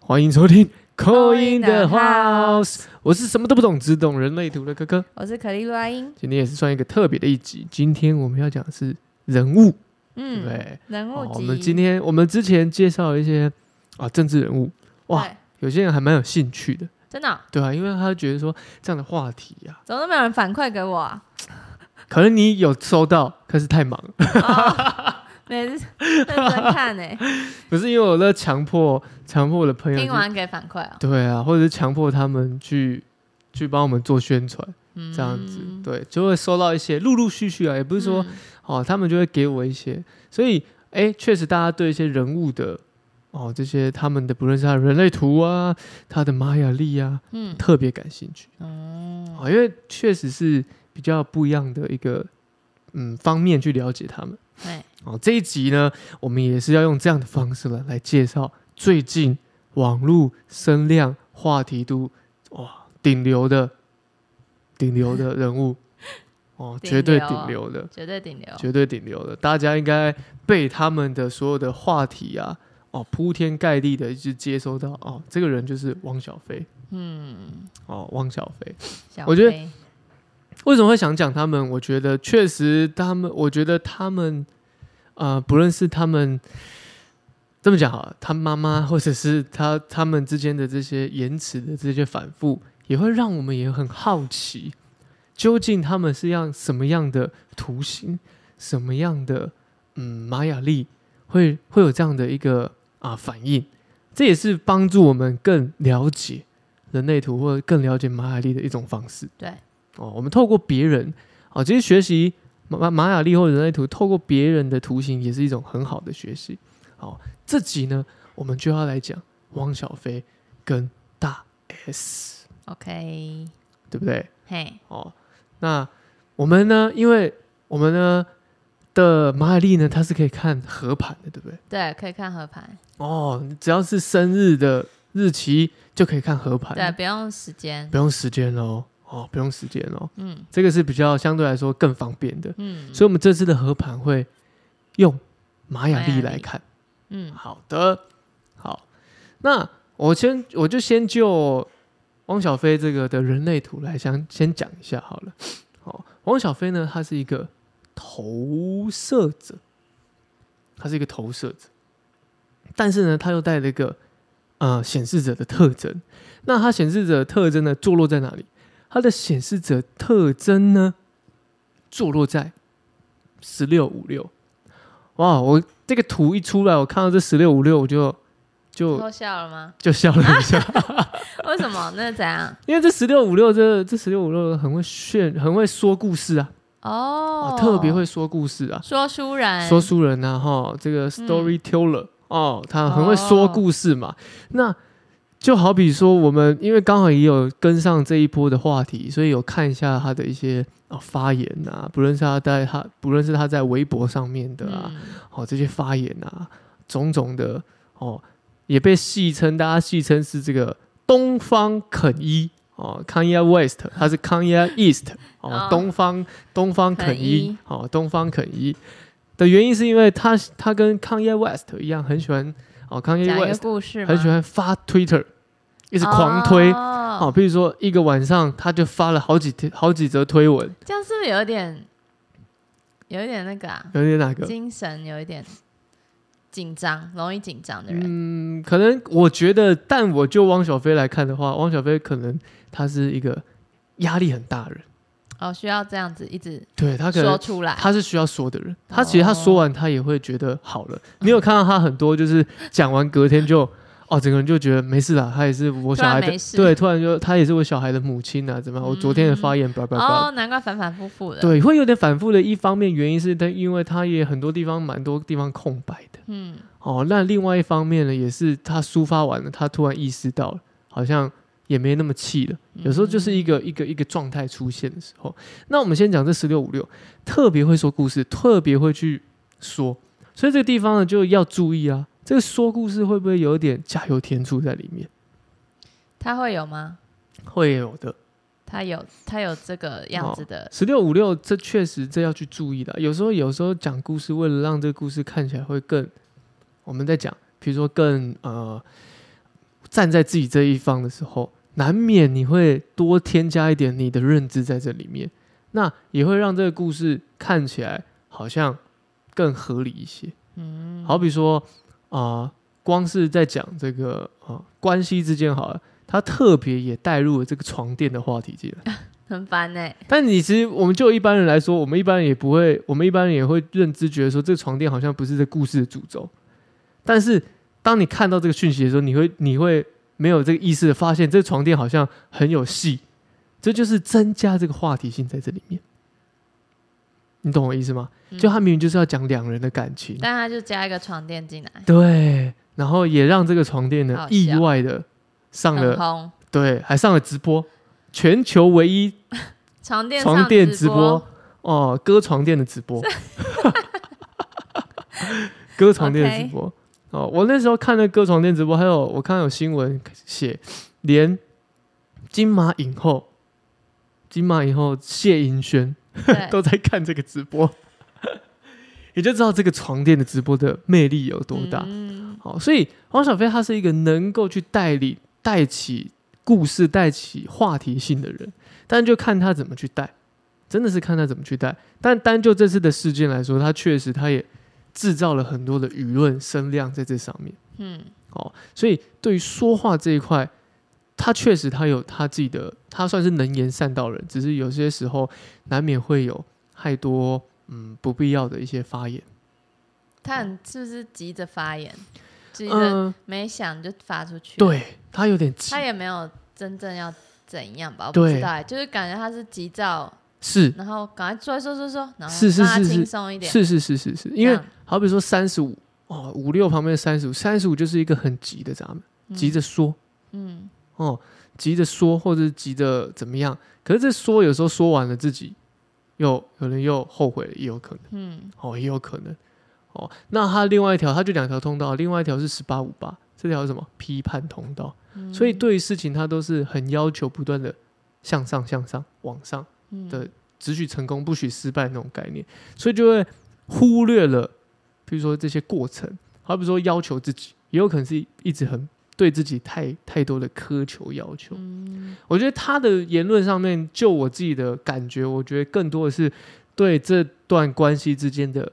欢迎收听《Call in in the the House》，我是什么都不懂，只懂人类图的科科。我是可丽露阿英，今天也是算一个特别的一集，今天我们要讲的是人物，对不嗯，对？人物哦集，我们今天我们之前介绍了一些啊政治人物，哇，对，有些人还蛮有兴趣的，真的哦、对啊，因为他觉得说这样的话题啊，怎么都没有人反馈给我啊？可能你有收到，可是太忙了，哦每次 认真 看呢、不是因为我在强迫强迫我的朋友去听完给反馈哦、对啊，或者是强迫他们去去帮我们做宣传，嗯这样子，对，就会收到一些陆陆续续啊，也不不是说、哦，他们就会给我一些，所以哎，确实大家对一些人物的哦，这些他们的不论是他的人类图啊，他的玛雅历啊，嗯，特别感兴趣嗯，哦，因为确实是比较不一样的一个嗯方面去了解他们。对，哦，这一集呢，我们也是要用这样的方式来来介绍最近网络声量话题度哇顶流的顶流的人物哦， 顶绝对流顶流的，绝对顶流，绝对顶流的，大家应该被他们的所有的话题啊哦铺天盖地的一直接收到哦，这个人就是汪小菲嗯，哦，汪小菲。小我觉得飞为什么会想讲他们？我觉得确实他们，我觉得他们，呃，不论是他们这么讲好了，他妈妈或者是他他们之间的这些言辞的这些反复，也会让我们也很好奇，究竟他们是让什么样的图形，什么样的嗯玛雅历会会有这样的一个啊、反应？这也是帮助我们更了解人类图或者更了解玛雅历的一种方式。对，哦，我们透过别人哦，其实学习玛玛玛雅历或人类图，透过别人的图形也是一种很好的学习。好、这集呢，我们就要来讲汪小菲跟大 S， OK，对不对？嘿，哦，那我们呢，因为我们呢的玛雅历呢，它是可以看合盘的，对不对？对，可以看合盘，哦，只要是生日的日期就可以看合盘，对，不用时间，不用时间哦，哦，不用时间哦，嗯这个是比较相对来说更方便的。嗯所以我们这次的合盘会用玛雅历来看。嗯，好的，好，那我先我就先就汪小菲这个的人类图来先先讲一下好了。好，汪小菲呢，他是一个投射者，他是一个投射者，但是呢，他又带了一个呃显示者的特征。那他显示者的特征呢，坐落在哪里？他的显示者特征呢，坐落在十六五六。哇，我这个图一出来，我看到这十六五六，我就就偷笑了吗？就笑了一下，为什 么？那是怎样？因为这十六五六这这十六五六很会炫，很会说故事啊，哦哦，，特别会说故事啊，说书人，说书人啊，哈，这个 storyteller、哦，他很会说故事嘛。那就好比说，我们因为刚好也有跟上这一波的话题，所以有看一下他的一些哦发言啊，不论是他在他不论是他在微博上面的啊，嗯哦这些发言啊，种种的哦，也被戏称，大家戏称是这个东方肯一哦，Kanye West，他是 Kanye East 哦，哦东方东方肯肯一一哦，东方肯一的原因是因为他他跟 Kanye West 一样，很喜欢哦，Kanye 讲一个 West 故事吗，很喜欢发 Twitter，一一直狂推。哦哦，比如说一个晚上，他就发了好几天好几则推文，这样是不是有点，有一点那个啊，有点哪个？精神有一点紧张，容易紧张的人，嗯，可能我觉得，但我就汪小菲来看的话，汪小菲可能他是一个压力很大的人，哦，需要这样子一直对他可说哦能出来，他是需要说的人，他其实他说完他也会觉得好了。你有看到他很多就是讲完隔天就哦，整个人就觉得没事啦，他也是我小孩突然的没，事对，突然就他也是我小孩的母亲啊，怎么样？我昨天的发言，叭叭叭哦，，难怪反反复复的，对，会有点反复的。一方面原因是他因为他也很多地方蛮多地方空白的。嗯，哦，那另外一方面呢，也是他抒发完了，他突然意识到了，好像也没那么气了。有时候就是嗯一个、一个一个状态出现的时候。那我们先讲这十六五六，特别会说故事，特别会去说，所以这个地方呢就要注意啊，这个说故事会不会有一点加油添醋在里面？他会有吗？会有的。他有，他有这个样子的，十六五六，这确实这要去注意的。有时候有时候讲故事，为了让这个故事看起来会更，我们在讲，比如说更呃站在自己这一方的时候，难免你会多添加一点你的认知在这里面，那也会让这个故事看起来好像更合理一些。嗯，好比说啊、光是在讲这个啊、关系之间好了，他特别也带入了这个床垫的话题进来。很烦欸呢、但你其实我们就一般人来说，我们一般人也不会，我们一般人也会认知觉得说，这个床垫好像不是这故事的主轴。但是当你看到这个讯息的时候，你会你会没有这个意识的发现，这个床垫好像很有戏，这就是增加这个话题性在这里面。你懂我意思吗？嗯就他明明就是要讲两人的感情，但他就加一个床垫进来，对，然后也让这个床垫呢好笑意外的上很了，红。对，还上了直播，全球唯一床垫床上垫直直播，哦，割床垫的直播， 割床垫的直播。哦，我那时候看那割床垫直播，还有我看到有新闻写，连金马影后、金马影后谢盈萱对，都在看这个直播， 你就知道这个床垫的直播的魅力有 多大。嗯好，所以黄小飞他是一个能够去带领、带起故事、带起话题性的人，但就看他怎么去带，真的是看他怎么去带。但单就这次的事件来说，他确实他也制造了很多的舆论声量在这上面。嗯，哦，所以对于说话这一块，他确实他有他自己的，他算是能言善道人，只是有些时候难免会有太多嗯不必要的一些发言。他很是不是急着发言，急嗯、着没想就发出去？，对他有点急他，也没有真正要怎样吧？我不对知道、欸，就是感觉他是急躁，是然后赶快说说说说，然后是是让他是是轻松一点。是是是是是，因为这样好比说三十五哦，五六旁边的三十五，三十五就是一个很急的闸门，急着说，嗯，哦，急着说或者是急着怎么样，可是这说有时候说完了自己又有人又后悔了，也有可能，嗯，哦，也有可能，哦，那他另外一条他就两条通道，另外一条是十八五八，这条是什么批判通道，嗯所以对于事情他都是很要求不断的向上向上往上。嗯的只许成功不许失败那种概念，所以就会忽略了，比如说这些过程，好比说要求自己，也有可能是一直很对自己太太多的苛求要求。嗯我觉得他的言论上面，就我自己的感觉，我觉得更多的是对这段关系之间的，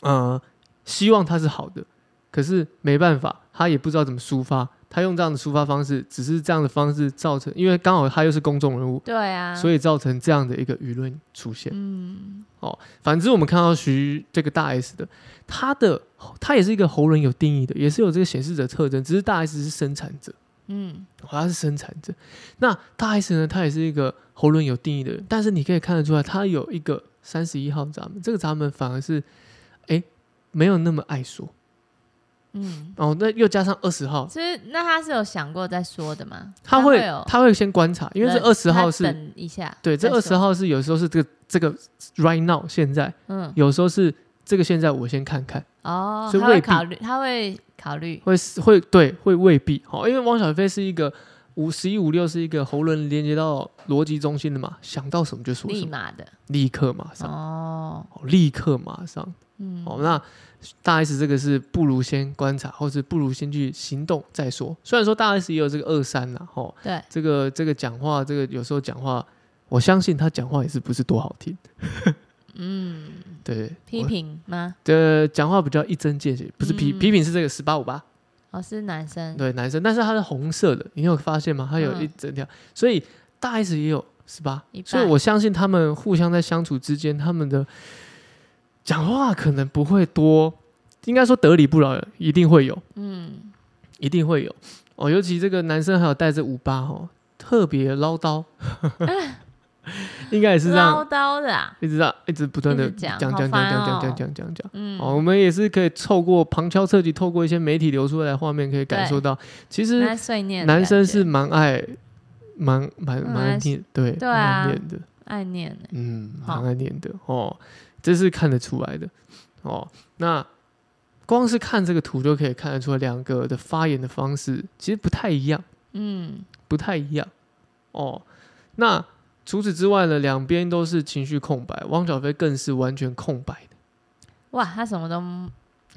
呃，希望它是好的，可是没办法，他也不知道怎么抒发，他用这样的抒发方式，只是这样的方式造成，因为刚好他又是公众人物，对啊，所以以造成这样的一个舆论出现。哦嗯反之，我们看到徐这个大 S 的，他的哦他也是一个喉人有定义的，也是有这个显示者特征，只是大 S 是生产者，嗯哦他是生产者。那大 S 呢，他也是一个喉轮有定义的人，但是你可以看得出来，他有一个三十一号闸门，这个闸门反而是哎没有那么爱说嗯，哦。那又加上二十号，其实那他是有想过再说的吗？他会有，他会先观察，因为这人二十号他是等一下，对，这再二十说，号是有时候是这个这个 right now 现在，嗯，有时候是这个现在我先看看。哦，所以他会未必考虑，他会考虑，会是会对会未必好，因为汪小菲是一个五十一五六是一个喉轮连接到逻辑中心的嘛，想到什么就说什立么，马的，立刻马上，哦，哦立刻马上。嗯，好，哦那大 S 这个是不如先观察，或是不如先去行动再说。虽然说大 S 也有这个二三啦，吼，对，这个这个讲话，这个有时候讲话，我相信他讲话也是不是多好听，嗯，对，批评吗？的讲话比较一针见血，不是批、嗯批评是这个十八五八，哦，是男生，对，男生，但是它是红色的，你有发现吗？它有一嗯整条，所以大 S 也有十八一，所以半我相信他们互相在相处之间，他们的讲话可能不会多，应该说得理不饶人，一定会有，嗯，一定会有哦。尤其这个男生还有带着五八哦，特别唠叨， 应该也是这啊唠样，叨的啊，一直让一直不断的一直讲讲讲讲讲好烦讲哦讲讲讲讲。嗯，哦，我们也是可以透过旁敲侧击，透过一些媒体流出来的画面，可以感对受到，其实那碎念的感男觉，生是蛮爱，蛮蛮嗯蛮爱还是念，对，对蛮啊爱念的，爱念欸，嗯，好蛮爱念的哦，这是看得出来的哦。那光是看这个图就可以看得出来，两个的发言的方式其实不太一样，嗯，不太一样哦。那除此之外呢，两边都是情绪空白，汪小菲更是完全空白的，哇，他什么都什么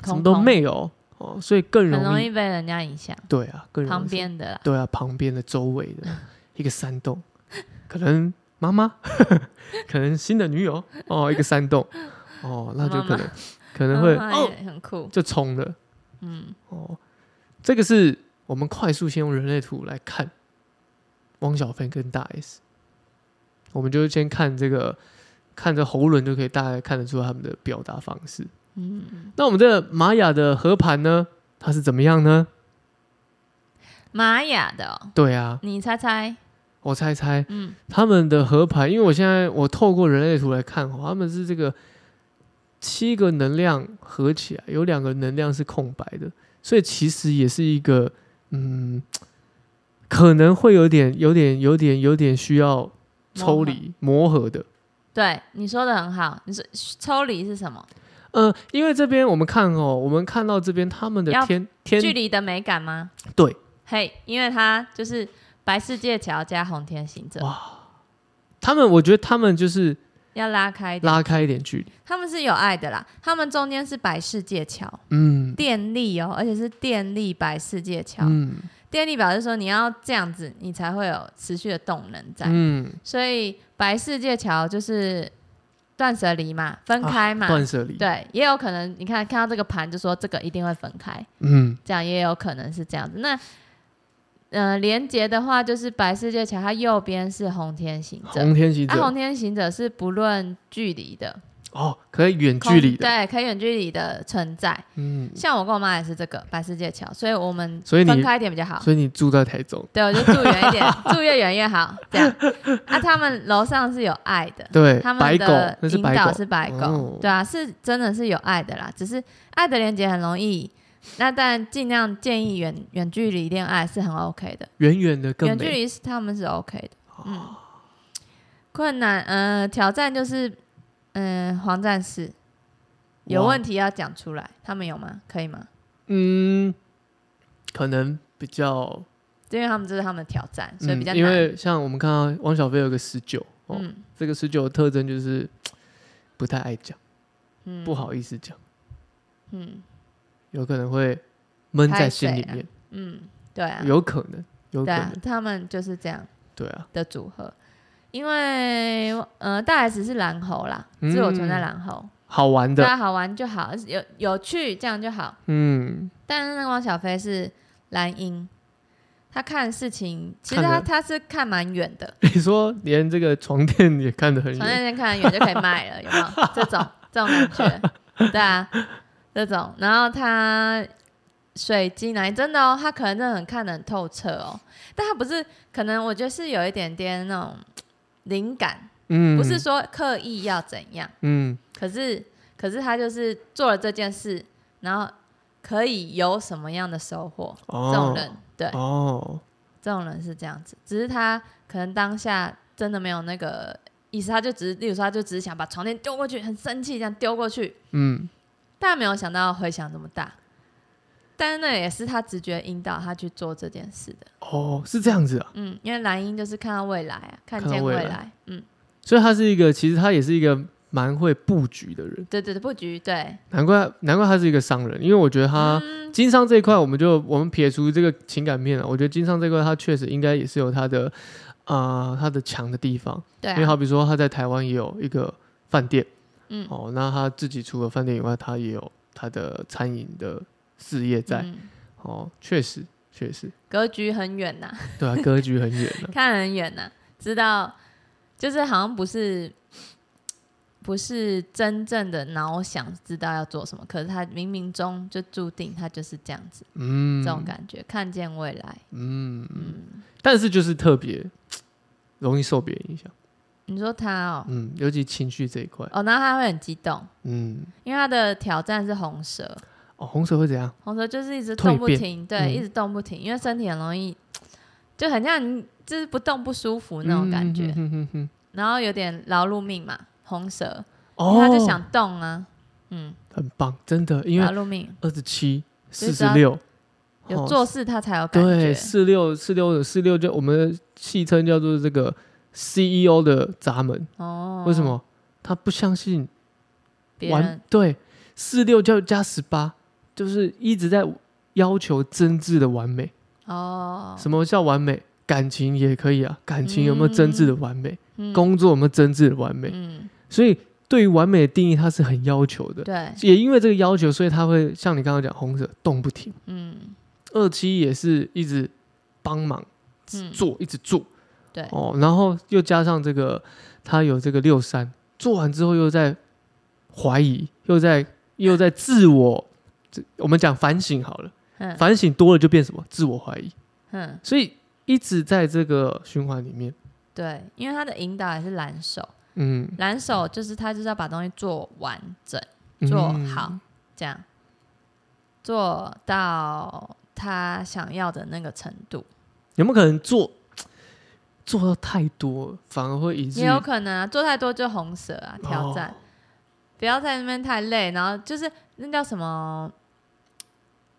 空都空没有哦，所以更很容容易易被人家影响。对啊，更容易旁边的啦，对啊，旁边的周围 的一个山洞，可能妈妈， 可能新的女友哦，一个山洞哦，那就可能可能会妈妈哦嗯也很酷。就冲了嗯，哦。这个是我们快速先用人类图来看汪小菲跟大 S，我们就先看这个看着喉轮就可以大概看得出他们的表达方式。嗯，那我们这个玛雅的合盘呢，它是怎么样呢？玛雅的、哦，对啊，你猜猜？我猜猜。嗯，他们的合盘，因为我现在我透过人类图来看哦，他们是这个七个能量合起来，有两个能量是空白的，所以其实也是一个嗯，可能会有点、有点、有点、有点需要抽离磨合的。对，你说的很好。你说抽离是什么？呃，因为这边我们看哦，我们看到这边他们的要天距天离的美感吗？对，嘿，因为它就是白世界桥加红天行者，他们，我觉得他们就是要拉开一点。拉开一点距离，他们是有爱的啦，他们中间是白世界桥，嗯电力哦，而且是电力白世界桥。嗯电力表示说你要这样子，你才会有持续的动能在。嗯，所以白世界桥就是断舍离嘛，分开嘛。啊断舍离，对，也有可能，你看看到这个盘就说这个一定会分开，嗯这样也有可能是这样子。那，呃，连接的话就是白世界桥，它右边是红天行者，红天行啊，者红天行者是不论距离的，哦，可以远距离空的，对，可以远距离的存在。嗯。像我跟我妈也是这个白世界桥，所以我们所以你分开一点比较好。所以你住在台中，对，我就住远一点，住越远越好。这样，啊，他们楼上是有爱的，对，他白们狗的那是引白导狗，是白哦狗，对啊，是真的是有爱的啦，只是爱的连接很容易。那但尽量建议远远距离恋爱是很 OK 的，远远的更远距美。离是他们是 OK 的。哦嗯，困难呃挑战就是嗯、呃黄战士有哇问题要讲出来，他们有吗？可以吗？嗯，可能比较，因为他们这是他们的挑战，所以比较嗯、难。因为像我们看到汪小菲有个十九，哦，嗯这个十九的特征就是不太爱讲，嗯不好意思讲，嗯有可能会闷在心里拍谁面，嗯，对啊，有可能，有可对啊能，，他们就是这样。对啊，的组合，因为呃大 S 是蓝猴啦，嗯自我存在蓝猴，好玩大的，家好玩就好，有有趣这样就好。嗯， 但是那个汪小菲是蓝鹰，他看事情其实看他得他是看蛮远的，你说连这个床垫也看得很从那远，边看远就可以卖了，有没有？这种这种感觉，对啊，这种。然后他水晶来真的哦，他可能真的很看得很透彻哦，但他不是，可能我觉得是有一点点那种灵感。嗯，不是，说刻意要怎样，嗯，可是可是他就是做了这件事，然后可以有什么样的收获？这种哦，人，对，哦，这种人是这样子，只是他可能当下真的没有那个意思，他就只是，例如说，他就只是想把床垫丢过去，很生气这样丢过去，嗯，但没有想到回响这么大。但是那也是他直觉引导他去做这件事的，哦，是这样子啊。嗯，因为蓝鹰就是看到未来啊，看看到见未未来来，嗯，所以他是一个，其实他也是一个蛮会布局的人，对对对，布局，对，难怪难怪他是一个商人，因为我觉得他嗯经商这一块，我们就我们撇除这个情感面了，啊我觉得经商这一块他确实应该也是有他的啊、呃他的强的地方，对因为啊，好比说他在台湾也有一个饭店，嗯哦，那他自己除了饭店以外，他也有他的餐饮的事业在，嗯哦，确实确实，格局很远呐、 对啊， 格局很远了、看很远呐、知道就是好像不是不是真正的脑想知道要做什么，可是他冥冥中就注定他就是这样子，嗯，这种感觉，看见未来。嗯，嗯，但是就是特别容易受别人影响。你说他哦，嗯，尤其情绪这一块，哦，那他会很激动，嗯，因为他的挑战是红蛇，哦，红蛇会怎样？红蛇就是一直动不蜕变停，对，嗯一直动不停，因为身体很容易。就很像你就是不动不舒服那种感觉，嗯哼哼哼哼然后有点劳碌命嘛，红蛇，因哦，为他就想动啊，嗯，很棒，真的，因劳为碌命，二十七、四就十是六，有哦做事他才有感对觉。四六四六四六，就我们戏称叫做这个 CEO 的闸门。哦，为什？么？他不相信别完人对四六就加十八，就是一直在要求真挚的完美。哦，什么叫完美？感情也可以啊，感情有没有真挚的完美？嗯工作有没有真挚的完美？嗯，所以对于完美的定义，它是很要求的。对，也因为这个要求，所以他会像你刚刚讲，红色动不停。嗯二期也是一直帮忙嗯，做，一直做对，哦，然后又加上这个他有这个六三，做完之后又在怀疑，又在又在自我，这我们讲反省好了，嗯反省多了就变什么自我怀疑，嗯，所以一直在这个循环里面，对，因为他的引导也是蓝手，嗯，蓝手就是他就是要把东西做完整，嗯做好，这样做到他想要的那个程度，有没有可能做做到太多，反而会以至于也有可能啊，做太多就红蛇啊，挑战，哦不要在那边太累，然后就是那叫什么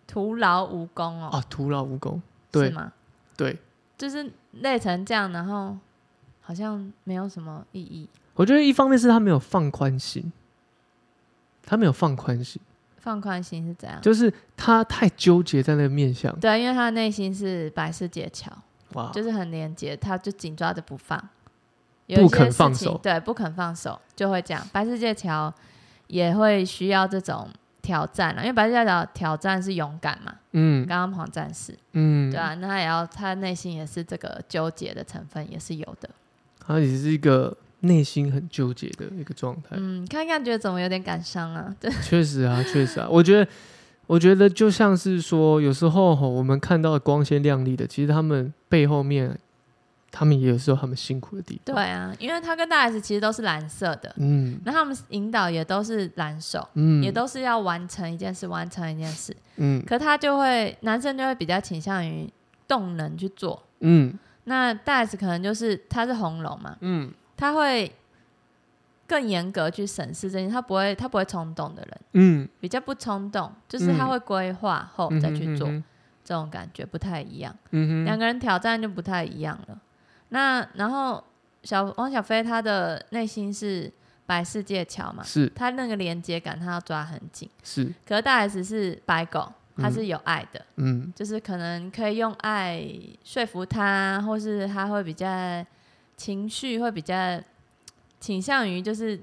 徒劳无功哦，啊徒劳无功？是对吗？对，就是累成这样，然后好像没有什么意义。我觉得一方面是他没有放宽心，他没有放宽心，放宽心是怎样？就是他太纠结在那个面相，对，啊因为他的内心是百事解桥，哇，就是很连接，他就紧抓着不放，有一不些肯事放情手对，不肯放手就会这样。百事界桥也会需要这种挑战啊了，因为百事界桥挑战是勇敢嘛，嗯刚刚黄战士，嗯，对啊，那他也要他内心也是这个纠结的成分也是有的。他也是一个内心很纠结的一个状态。嗯，看一看觉得怎么有点感伤啊？对，确实啊，确实啊，我觉得，我觉得就像是说，有时候吼我们看到光鲜亮丽的，其实他们背后面，他们也有时候他们辛苦的地对方。，啊，因为他跟大 S 其实都是蓝色的，嗯那他们引导也都是蓝手，嗯，也都是要完成一件事，完成一件事。嗯可他就会，男生就会比较倾向于动能去做。嗯那大 S 可能就是他是红龙嘛，嗯他会更严格去审视这些，他不会他不会冲动的人，嗯，比较不冲动，就是他会规划后嗯哦再哼去做，嗯这种感觉不太一样。哼嗯两哼，个人挑战就不太一样了。那然后小王小飞他的内心是白世界桥嘛，是他那个连接感他要抓很紧。是，可是大 S 是白狗，他是有爱的，嗯就是可能可以用爱说服他，或是他会比较情绪会比较倾向于就是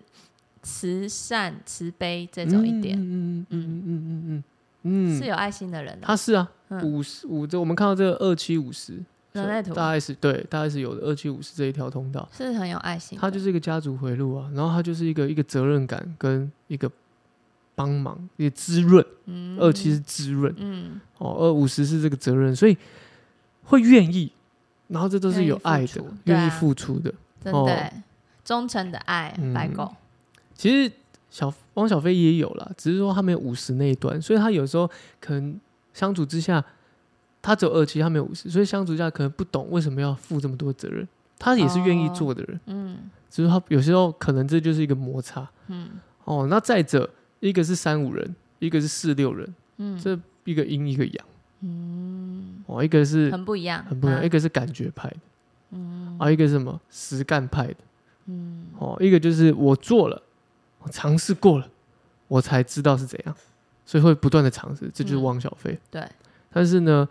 慈善慈悲这种一点，嗯嗯嗯嗯嗯嗯嗯是嗯，有爱心的人、哦。他是啊，嗯五十五这我们看到这个二七五十，人类图大 S 对大 S 有的二七五十这一条通道。是很有爱心的，他就是一个家族回路啊，然后他就是一个一个责任感跟一个帮忙，一个滋润。嗯二七是滋润嗯哦，二五十是这个责任，所以会愿意，然后这都是愿意有付爱出的，对愿意啊付出的。真哦的欸忠诚的爱嗯白狗，其实小汪小菲也有啦，只是说他没有五十那一段，所以他有时候可能相处之下，他只有二七，他没有五十，所以相处之下可能不懂为什么要负这么多责任。他也是愿意哦做的人，嗯只是他有时候可能这就是一个摩擦。嗯哦，那再者，一个是三五人，一个是四六人，嗯这一个阴一个阳，嗯，哦，一个是很不一样，很不一样，啊一个是感觉派的，嗯啊，一个是什么实干派的，嗯哦，一个就是我做了，我尝试过了，我才知道是怎样，所以会不断的尝试，这就是嗯汪小菲。对，但是呢，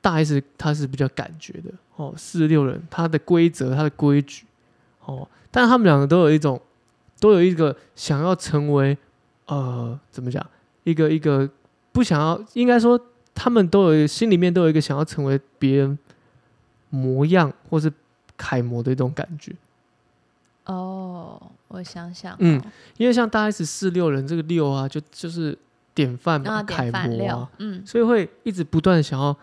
大 S 他是比较感觉的，哦，四六人他的规则，他的规矩，哦，但他们两个都有一种，都有一个想要成为，呃，怎么讲，一个一个不想要，应该说他们都有心里面都有一个想要成为别人模样或是楷模的一种感觉，哦，我想想哦，嗯因为像大 S 四六人这个六啊，就就是典范然嘛，后楷典范模六啊，，嗯所以会一直不断地想要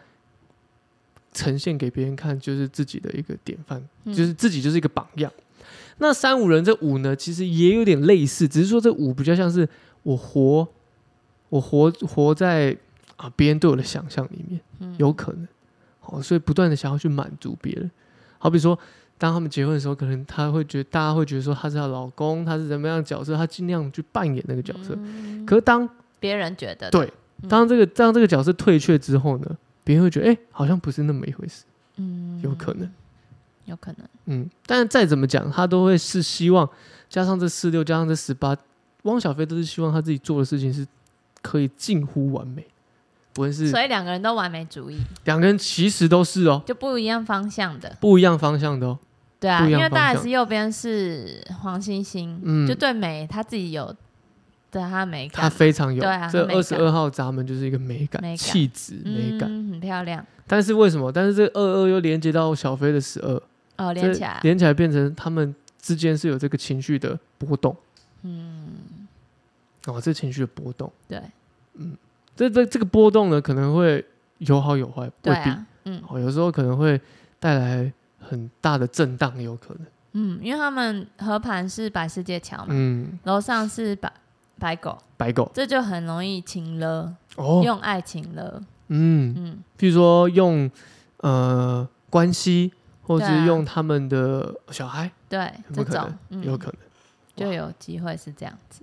呈现给别人看，就是自己的一个典范，嗯就是自己就是一个榜样。那三五人这五呢，其实也有点类似，只是说这五比较像是我活，我活活在啊别人对我的想象里面，嗯有可能，哦，所以不断的想要去满足别人。好比说，当他们结婚的时候，可能他会觉得大家会觉得说他是她老公，他是怎么样的角色，他尽量去扮演那个角色。嗯可是当别人觉得的对，嗯当这个当这个角色退却之后呢，别人会觉得哎、诶好像不是那么一回事，嗯有可能，有可能，嗯。但是再怎么讲，他都会是希望加上这四六，加上这十八，汪小菲都是希望他自己做的事情是可以近乎完美，不论是所以两个人都完美主义，两个人其实都是哦，就不一样方向的。不一样方向的哦。对啊，不一因样为大方 S 向右边是黄星星，嗯就对美她自己有对她美他感，非常有对啊这它美二感十二号闸门就是一个美感、美感气质、美感。嗯，很漂亮但是为什么？但是这二二又连接到小飞的十二，这哦，连起来，连起来变成他们之间是有这个情绪的波动嗯，啊、哦，这情绪的波动，对这这这个波动呢，可能会有好有坏，对未必、啊，嗯哦，有时候可能会带来很大的震荡，也有可能。嗯，因为他们合盘是百世界桥嘛，嗯，楼上是白白狗，白狗这就很容易情了，哦，用爱情了，嗯，嗯，譬如说用呃关系，或对啊是用他们的小孩，对，这有可能种有嗯可能就有机会是这样子，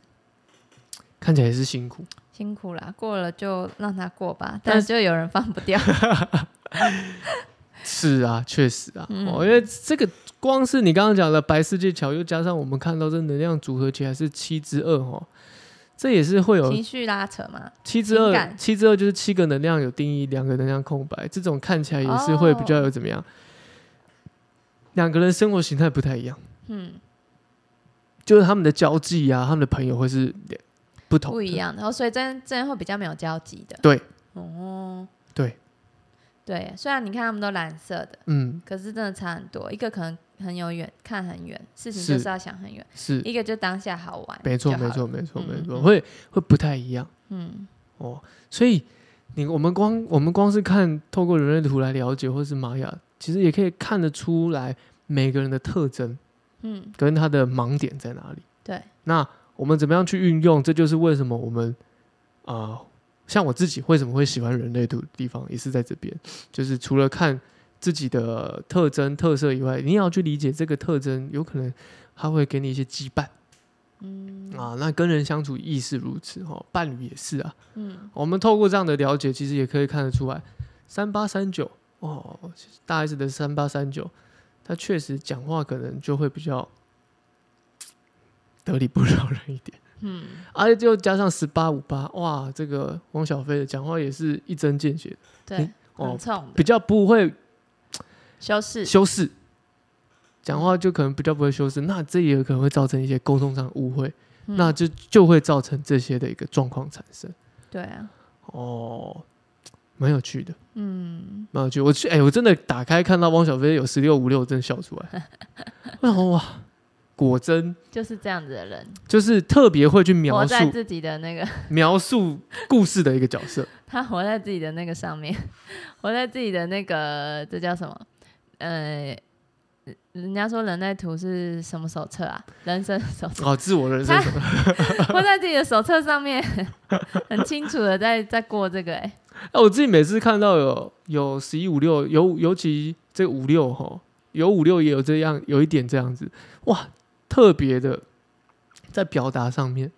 看起来也是辛苦。辛苦啦，过了就让他过吧，但但就有人放不掉，是啊，确实啊，嗯哦，因为这个光是你刚刚讲的白世界桥，又加上我们看到这能量组合起来是七之二哦，这也是会 有情绪拉扯嘛，七之情二，感七之二就是七个能量有定义，两个能量空白，这种看起来也是会比较有怎么样？两个人生活形态不太一样，嗯，就是他们的交际啊，他们的朋友会是不同，不一。样的，然后所以真真会比较没有交集的。对，哦，对，对，虽然你看他们都蓝色的，嗯，可是真的差很多。一个可能很有远看很远，事情就是是要想很远；是一个就当下好玩，没错，就好没了。错，没错，嗯没错，嗯会会不太一样。嗯，哦，所以你我们光我们光是看透过人类图来了解，或是玛雅，其实也可以看得出来每个人的特征嗯，跟他的盲点在哪里。对，那我们怎么样去运用？这就是为什么我们啊、呃像我自己为什么会喜欢人类图的地方，也是在这边，就是除了看自己的特征特色以外，你也要去理解这个特征，有可能它会给你一些羁绊嗯啊。那跟人相处亦是如此哦，伴侣也是啊。嗯，我们透过这样的了解，其实也可以看得出来，三八三九哦，大 S 的三八三九，他确实讲话可能就会比较得理不饶人一点，嗯，而、且就加上十八五八，哇，这个汪小菲的讲话也是一针见血，对诶，哦很冲的比较不会修饰，修饰，讲话就可能比较不会修饰，那这也有可能会造成一些沟通上的误会，嗯那就就会造成这些的一个状况产生，对啊，哦，蛮有趣的。嗯，蛮有趣。我去，哎、我真的打开看到汪小菲有十六五六，我真的笑出 来。我想说哇，果真就是这样子的人，就是特别会去描活在述自己的那个，描述故事的一个角色。他活在自己的那个上面， 活在自己的那个，这叫什么？呃，人家说人类图是什么手册啊？人生手册，哦，自我人生他什么？活在自己的手册上面， 很清楚的在在过这个、欸，哎、我自己每次看到有有十一五六，有尤其这五六哈，有五六也有这样有一点这样子，哇，特别的在表达上面嗯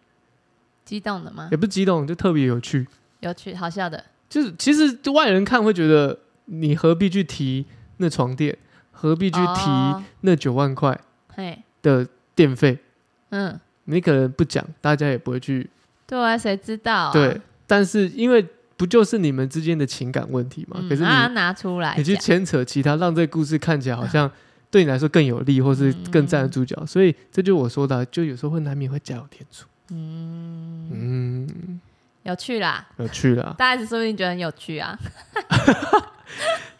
激动的吗也？不是激动，就特别有趣。有趣好笑的，就是其实外人看会觉得你何必去提那床垫，何必去提哦那九万块嘿，的电费，嗯，你可能不讲，大家也不会去、对啊，谁知道、啊？对。但是因为不就是你们之间的情感问题嘛？嗯，可是你、让他拿出来你去讲，牵扯其他，让这个故事看起来好像对你来说更有利，或是更嗯站得住脚。所以这就是我说的啊，就有时候会难免会加油添醋。嗯，嗯，有趣啦，，有趣啦 大 S 说不定觉得很有趣啊，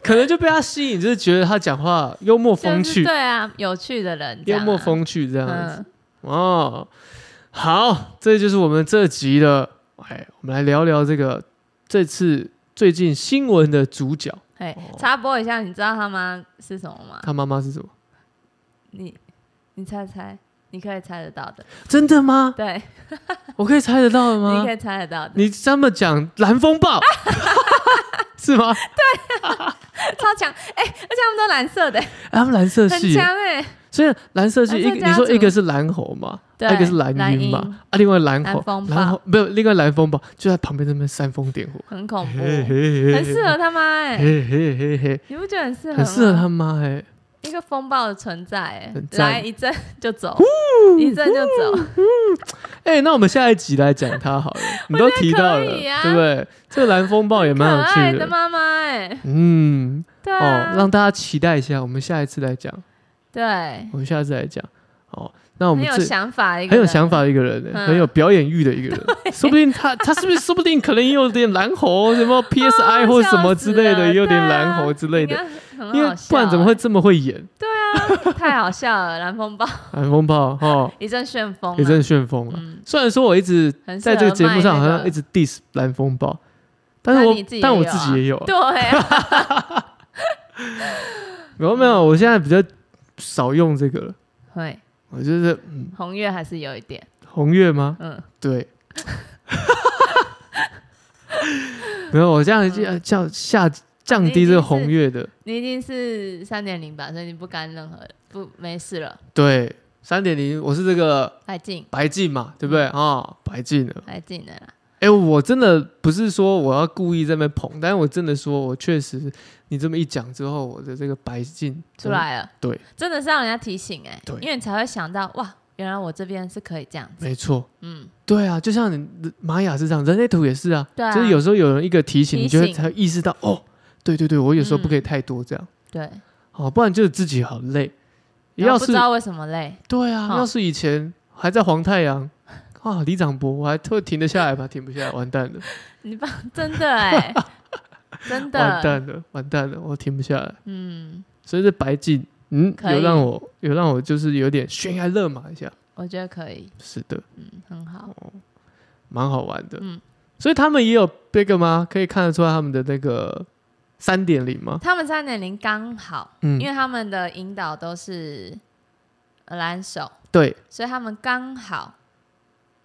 可能就被他吸引，就是觉得他讲话幽默风就是趣，对啊，有趣的人，这幽样啊默，风趣这样子。嗯，哦，好，这就是我们这集的，哎，我们来聊聊这个这次最近新闻的主角，嘿哦，插播一下，你知道他妈是什么吗？他妈妈是什么？你你猜猜，你可以猜得到的，真的吗？对，我可以猜得到的你吗可？以猜得到的，你这么讲，蓝风 暴是吗？超强，哎、而且他们都蓝色的、哎他们蓝色很系耶，强哎、所以蓝色系蓝一个，色家你说族一个是蓝猴嘛，对啊一个是蓝蓝鹰鹰嘛，啊，另外蓝蓝猴风，暴蓝猴没有，另外蓝风暴就在旁边那边煽风点火，很恐怖，嘿嘿嘿很适合他妈哎、嘿嘿嘿嘿，你不觉得很适合？很适合他，妈哎、一个风暴的存在，哎很，赞来 一阵就走，一阵就走，哎、那我们下一集来讲它好了，你都提到了，可以啊对不对？这个蓝风暴也可蛮有爱趣的妈妈，哎，嗯，对哦，啊让，大家期待一下，我们下一次来讲，对，我们下次来讲，哦，那我很们有这想法的一个，很有想，法的一个人，欸嗯很有表演欲的一个人，说不定他他是不是说不定可能也有点蓝猴，什么 PSI 或什么之类哦笑死了的，也有点对啊蓝猴之类应的，该很因为好笑啊不然怎么会这么会演？哎太好笑了？蓝风暴蓝风暴哦，一阵旋风啊，也真旋风啊！嗯，虽然说我一直很适合在这个节目上好卖那像个一直 diss 蓝风暴，但是那我你自己也但我有自啊己也有啊，对啊，没有没有，我现在比较少用这个了，会我就是嗯红月还是有一点，红月吗？嗯， 对，没有，我这样就叫下降低这个红月的，嗯哦你一定是三点零吧，所以你不干任何的，不没事了，对，三点零，我是这个白进白净嘛，对不嗯对啊、白净了，白进的啦，哎、我真的不是说我要故意在那边捧，但是我真的说，我确实，你这么一讲之后，我的这个白净出，来了，对，真的是让人家提醒哎、对因为你才会想到哇，原来我这边是可以这样子，没错。嗯，对啊，就像你玛雅是这样，人类图也是啊，对啊就是有时候有人一个提醒，提你就会醒才会意识到哦，对对对，我有时候不嗯可以太多这样。对，好，不然就是自己好累。嗯然要后不是知道为什么累，对啊，哦要是以前还在黄太阳啊，李长博，我还特停得下来吧？停不下来，完蛋了，你把 真 的哎、真完的，蛋了，完蛋了，我停不下来。嗯，所以这白净，嗯，可以有让我有让我就是有点悬崖勒马一下，我觉得可以，是的，嗯，很好，哦蛮好玩的。嗯所以他们也有这个吗？可以看得出来他们的那个三点零吗？他们三点零刚好，嗯因，为他们的引导都是呃蓝手，对，所以他们刚好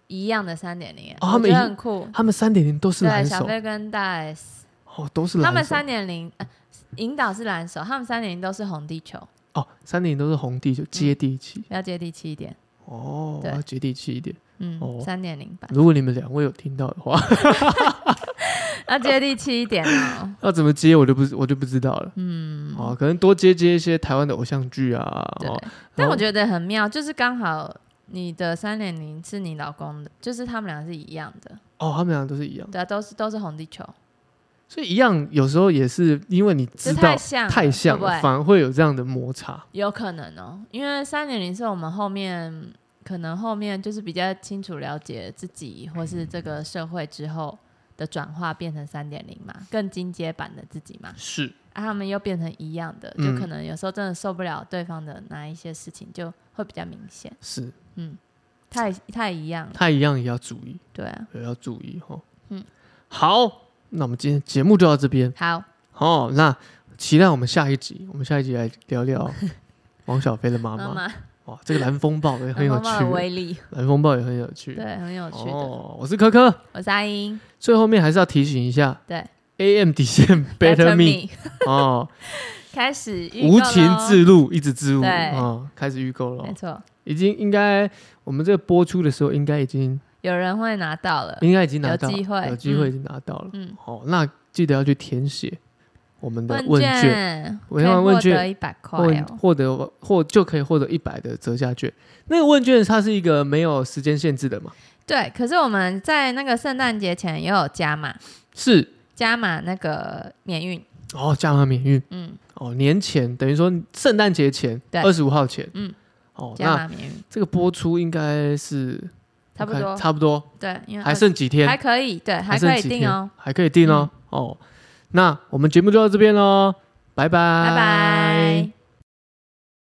一样的三点零，哦他我们觉得一很酷。他们三点零都是对，蓝小手，飞跟大 S，哦，都是蓝手。他们三点零引导是蓝手，他们三点零都是红地球，哦，三点零都是红地，就接地气。要接地气一点。哦，嗯对要接地气一点。哦嗯，三点零吧，如果你们两位有听到的话， 要接地气一 点哦。要怎么接我就不我就不知道了。嗯，哦，可能多接接一些台湾的偶像剧啊。对哦，。但我得觉得很妙，就是刚好你的三点零是你老公的，就是他们俩是一样的，哦，他们俩都是一样，对啊，都是都是红地球，所以一样有时候也是因为你就知道太像了太像会不了，会反而会有这样的摩擦。有可能哦，因为三点零是我们后面可能后面就是比较清楚了解自己或是这个社会之后的转化，变成三点零嘛，嗯更进阶版的自己嘛。是，啊，他们又变成一样的，嗯就可能有时候真的受不了对方的哪一些事情，就会比较明显。是，嗯，太太一样了，太一样也要注意，对啊。也要注意哈。哦嗯，好，那我们今天节目就到这边好，哦。那期待我们下一集，我们下一集来聊 聊王小飞的妈妈妈。妈，哇，这个蓝风暴 也很有妈趣妈，的 威力，蓝风暴也很有趣。对，很有趣的。哦，我是科科。我是阿英，最后面还是要提醒一下，对，AM 底线 Better Me 哦，开始 预无购情咯自入，一直自入对哦，开始预购了没哦，错，已经应该我们这个播出的时候，应该已经有人会拿到了。应该已经拿到，有机会有机会已经拿到了，嗯，哦，那记得要去填写我们的问问卷，卷，我要问可以获得卷一百块获哦。获得获就可以获得一百的折价券。那个问卷它是一个没有时间限制的嘛？对，可是我们在那个圣诞节前也有加码，是加码那个免运，哦，加上免运嗯，哦，年前等于说圣诞节前对二十五号前，嗯，哦，加那码免运，这个播出应该是差不我看多，差不多，对，因为还剩几天还，可以，对，还可剩以几定天哦，，还可以定哦。哦，那我们节目就到这边喽，拜拜，拜拜。